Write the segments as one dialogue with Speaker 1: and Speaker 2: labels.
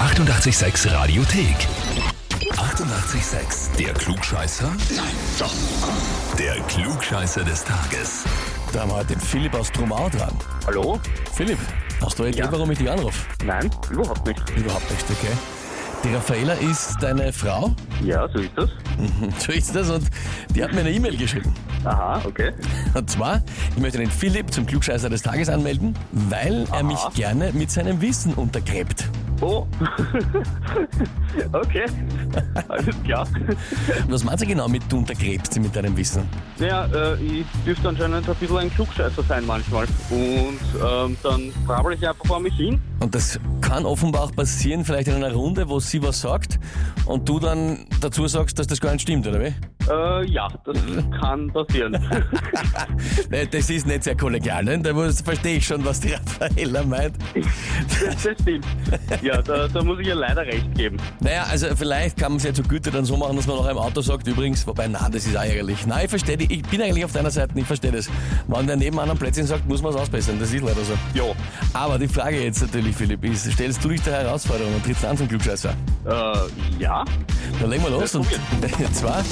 Speaker 1: 886 Radiothek. 88,6. Der Klugscheißer? Nein, doch. Der Klugscheißer des Tages.
Speaker 2: Da haben wir heute den Philipp aus Trumau dran.
Speaker 3: Hallo?
Speaker 2: Philipp, hast du eine Idee,
Speaker 3: Ja.
Speaker 2: warum ich dich anrufe?
Speaker 3: Nein, überhaupt nicht.
Speaker 2: Überhaupt nicht, okay. Die Raffaela ist deine Frau,
Speaker 3: Ja, so ist das.
Speaker 2: so ist das, und die hat mir eine E-Mail geschrieben.
Speaker 3: Aha, okay.
Speaker 2: Und zwar, ich möchte den Philipp zum Klugscheißer des Tages anmelden, weil er mich gerne mit seinem Wissen untergräbt.
Speaker 3: Oh. okay. Alles klar.
Speaker 2: Was meint sie genau mit du untergräbst sie mit deinem Wissen?
Speaker 3: Naja, äh, ich dürfte anscheinend ein bisschen ein Klugscheißer sein manchmal. Und ähm, dann trabel ich einfach vor mich hin.
Speaker 2: Und das kann offenbar auch passieren, vielleicht in einer Runde, wo sie was sagt und du dann dazu sagst, dass das gar nicht stimmt, oder wie?
Speaker 3: Äh, ja, das kann passieren.
Speaker 2: Nee, Das ist nicht sehr kollegial, ne? Da muss- verstehe ich schon, was die Raffaella meint.
Speaker 3: das stimmt. Ja, da, da muss ich ihr leider recht geben.
Speaker 2: Naja, also vielleicht kann man es ja zur Güte dann so machen, dass man noch im Auto sagt, übrigens, wobei, na, das ist ärgerlich. Nein, ich verstehe dich, ich bin eigentlich auf deiner Seite, ich verstehe das. Wenn der nebenan am Plätzchen sagt, muss man es ausbessern, das ist leider so.
Speaker 3: Jo.
Speaker 2: Aber die Frage jetzt natürlich, Philipp, ist, stellst du dich der Herausforderung und trittst an zum Glückscheißer?
Speaker 3: Äh, ja.
Speaker 2: Dann legen wir los.
Speaker 3: Das
Speaker 2: Und zwar,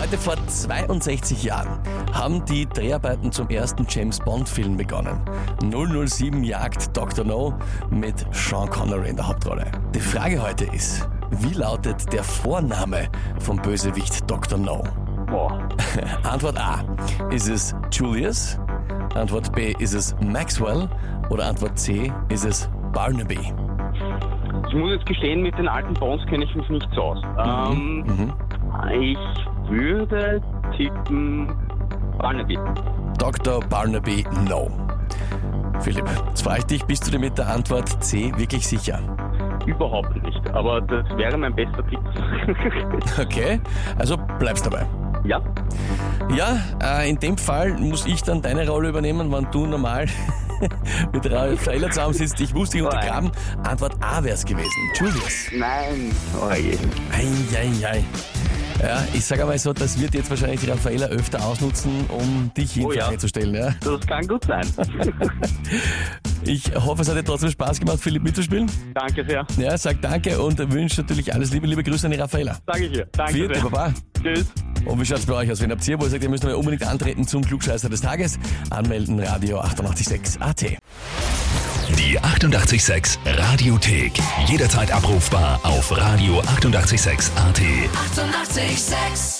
Speaker 2: heute vor 62 Jahren haben die Dreharbeiten zum ersten James-Bond-Film begonnen. 007 jagt Dr. No mit Sean Connery in der Hauptrolle. Die Frage heute ist, wie lautet der Vorname vom Bösewicht Dr. No?
Speaker 3: Boah.
Speaker 2: Antwort A. Ist es Julius? Antwort B. Ist es Maxwell? Oder Antwort C. Ist es Barnaby?
Speaker 3: Ich muss jetzt gestehen, mit den alten Bonds kenne ich mich nicht so aus. Ähm, Ich würde tippen Barnaby.
Speaker 2: Dr. Barnaby No. Philipp, jetzt frage ich dich, bist du dir mit der Antwort C wirklich sicher?
Speaker 3: Überhaupt nicht, aber das wäre mein bester Tipp.
Speaker 2: Okay, also bleibst dabei.
Speaker 3: ja,
Speaker 2: Ja, äh, in dem Fall muss ich dann deine Rolle übernehmen, wenn du normal mit Raffaella zusammensitzt. Ich muss dich untergraben. Antwort A wäre es gewesen. Julius.
Speaker 3: nein. Oh je.
Speaker 2: Eieiei. Ja, ich sage einmal so, das wird jetzt wahrscheinlich die Raffaella öfter ausnutzen, um dich in
Speaker 3: Oh ja.
Speaker 2: Frage zu stellen. Ja.
Speaker 3: Das kann gut sein.
Speaker 2: Ich hoffe, es hat dir trotzdem Spaß gemacht, Philipp mitzuspielen.
Speaker 3: Danke sehr.
Speaker 2: Ja, sag danke und wünsche natürlich alles Liebe, liebe Grüße an die Raffaella.
Speaker 3: Sage ich dir. Danke
Speaker 2: Vierte,
Speaker 3: sehr.
Speaker 2: Baba.
Speaker 3: Tschüss.
Speaker 2: Und wie schaut's bei euch aus? Wenn habt ihr, wo ihr sagt, ihr müsst mal unbedingt antreten zum Klugscheißer des Tages, anmelden Radio 886 AT.
Speaker 1: Die 88,6 Radiothek. Jederzeit abrufbar auf radio886.at. 88,6.
Speaker 4: Eighty-eight, sex.